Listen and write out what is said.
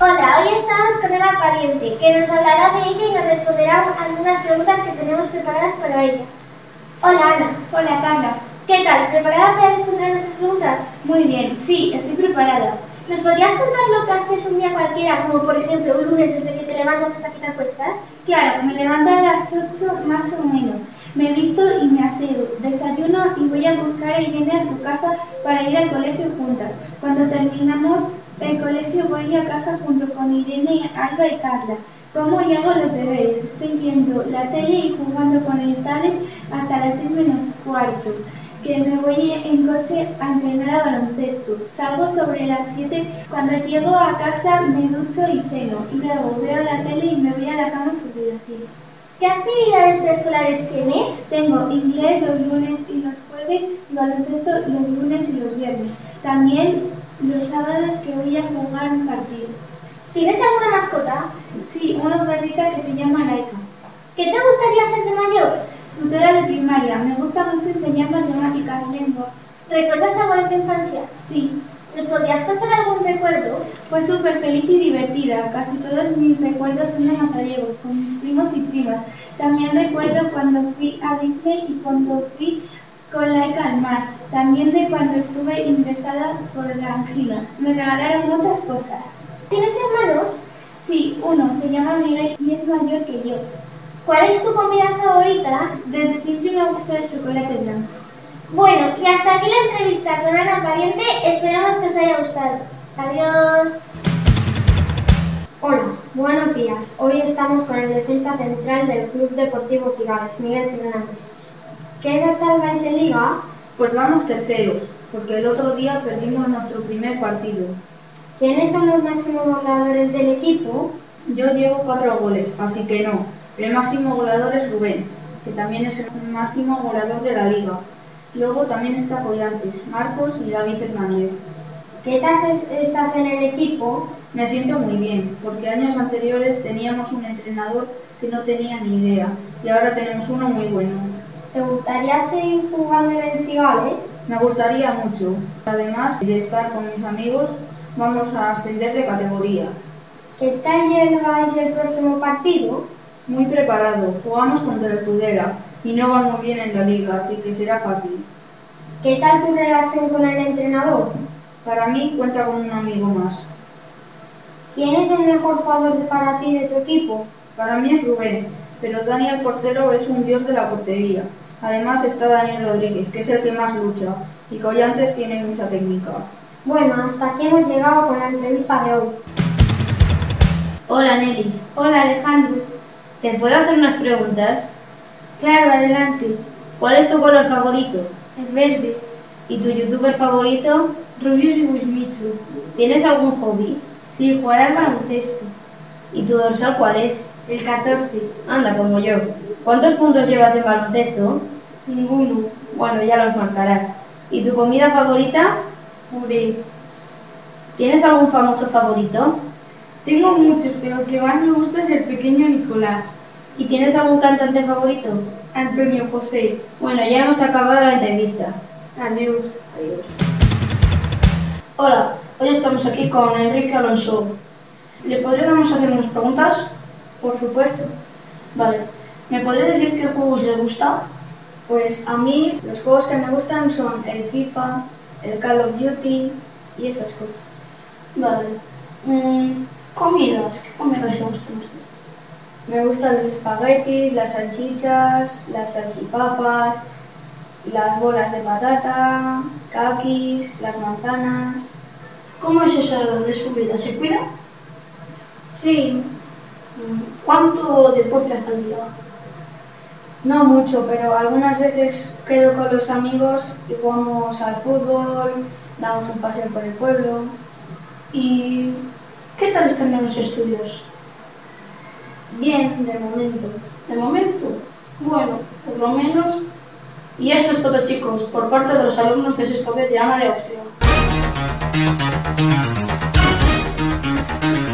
Hola, hoy estamos con Eva Pariente, que nos hablará de ella y nos responderá algunas preguntas que tenemos preparadas para ella. Hola, Ana. Hola Paula, ¿Qué tal? ¿Preparada para responder nuestras preguntas? muy bien, sí, estoy preparada. ¿Nos podrías contar lo que haces un día cualquiera, como por ejemplo un lunes desde que te levantas hasta que te acuestas? Claro, me levanto a las 8 más o menos. Me visto y me aseo, desayuno y voy a buscar a Irene a su casa para ir al colegio juntas. Cuando terminamos el colegio voy a casa junto con Irene, Alba y Carla. Como y hago los deberes, estoy viendo la tele y jugando con el tablet hasta las 6 menos cuarto, que me voy en coche a entrenar a baloncesto. Salgo sobre las 7, cuando llego a casa me ducho y ceno, y luego veo la tele y me voy a la cama sobre las 10. ¿Qué actividades preescolares tienes? Tengo inglés los lunes y los jueves y baloncesto los lunes y los viernes. También los sábados que voy a jugar un partido. ¿Tienes alguna mascota? Sí, una perrita que se llama Laika. ¿Qué te gustaría ser de mayor? Tutora de primaria. Me gusta mucho enseñar matemáticas, lengua. ¿Recuerdas algo de tu infancia? Sí, ¿Nos podrías contar algún recuerdo? fue súper feliz y divertida. Casi todos mis recuerdos son de Mazariegos, con mis primos y primas. También recuerdo cuando fui a Disney y cuando fui con Laika al mar. También de cuando estuve ingresada por la angina. Me regalaron muchas cosas. ¿Tienes hermanos? Sí, uno se llama Miguel y es mayor que yo. ¿Cuál es tu comida favorita? Desde siempre me ha gustado el chocolate blanco. Bueno, y hasta aquí la entrevista con Ana Pariente. Esperamos que os haya gustado. Adiós. Hola, buenos días. Hoy estamos con el defensa central del Club Deportivo Cigales, Miguel Fernández. ¿Qué tal vais en Liga? Pues vamos terceros, porque el otro día perdimos nuestro primer partido. ¿Quiénes son los máximos goleadores del equipo? Yo llevo cuatro goles, así que no. El máximo goleador es Rubén, que también es el máximo goleador de la liga. Luego también está Collantes, Marcos y David Hernández. ¿Qué tal es- estás en el equipo? Me siento muy bien, porque años anteriores teníamos un entrenador que no tenía ni idea, y ahora tenemos uno muy bueno. ¿Te gustaría seguir jugando en el Cigales? Me gustaría mucho, además de estar con mis amigos, vamos a ascender de categoría. ¿Qué tal lleváis el próximo partido? Muy preparado, jugamos contra el Tudela y no va muy bien en la liga, así que será fácil. ¿Qué tal tu relación con el entrenador? Para mí cuenta con un amigo más. ¿Quién es el mejor jugador para ti de tu equipo? Para mí es Rubén, pero Daniel Portero es un dios de la portería. Además está Daniel Rodríguez, que es el que más lucha, y Collantes tiene mucha técnica. Bueno, hasta aquí hemos llegado con la entrevista de hoy. Hola Nelly, Hola Alejandro. ¿te puedo hacer unas preguntas? Claro, adelante. ¿Cuál es tu color favorito? El verde. ¿Y tu youtuber favorito? Rubius y Wismichu. ¿Tienes algún hobby? Sí, jugar al baloncesto. ¿Y tu dorsal cuál es? El 14. Anda, como yo. ¿Cuántos puntos llevas en baloncesto? Ninguno. Bueno, ya los marcarás. ¿Y tu comida favorita? Puré. ¿Tienes algún famoso favorito? Tengo muchos, pero el que más me gusta es el pequeño Nicolás. ¿Y tienes algún cantante favorito? Antonio José. Bueno, ya hemos acabado la entrevista. Adiós. Hola, hoy estamos aquí con Enrique Alonso. ¿Le podríamos hacer unas preguntas? Por supuesto. Vale. ¿Me podría decir qué juegos le gusta? Pues a mí los juegos que me gustan son el FIFA, el Call of Duty y esas cosas. Vale. Mm, comidas, ¿qué comidas le gustan a usted? Me gustan los espaguetis, las salchichas, las salchipapas, las bolas de patata, caquis, las manzanas. ¿Cómo es eso de su vida? ¿Se cuida? Sí, Mm, ¿Cuánto deporte hace al día? no mucho, pero algunas veces quedo con los amigos y jugamos al fútbol, damos un paseo por el pueblo. ¿Y qué tal están en los estudios? Bien, de momento. De momento, bueno, por lo menos. Y eso es todo, chicos, por parte de los alumnos de sexto B de Ana de Austria. Gracias.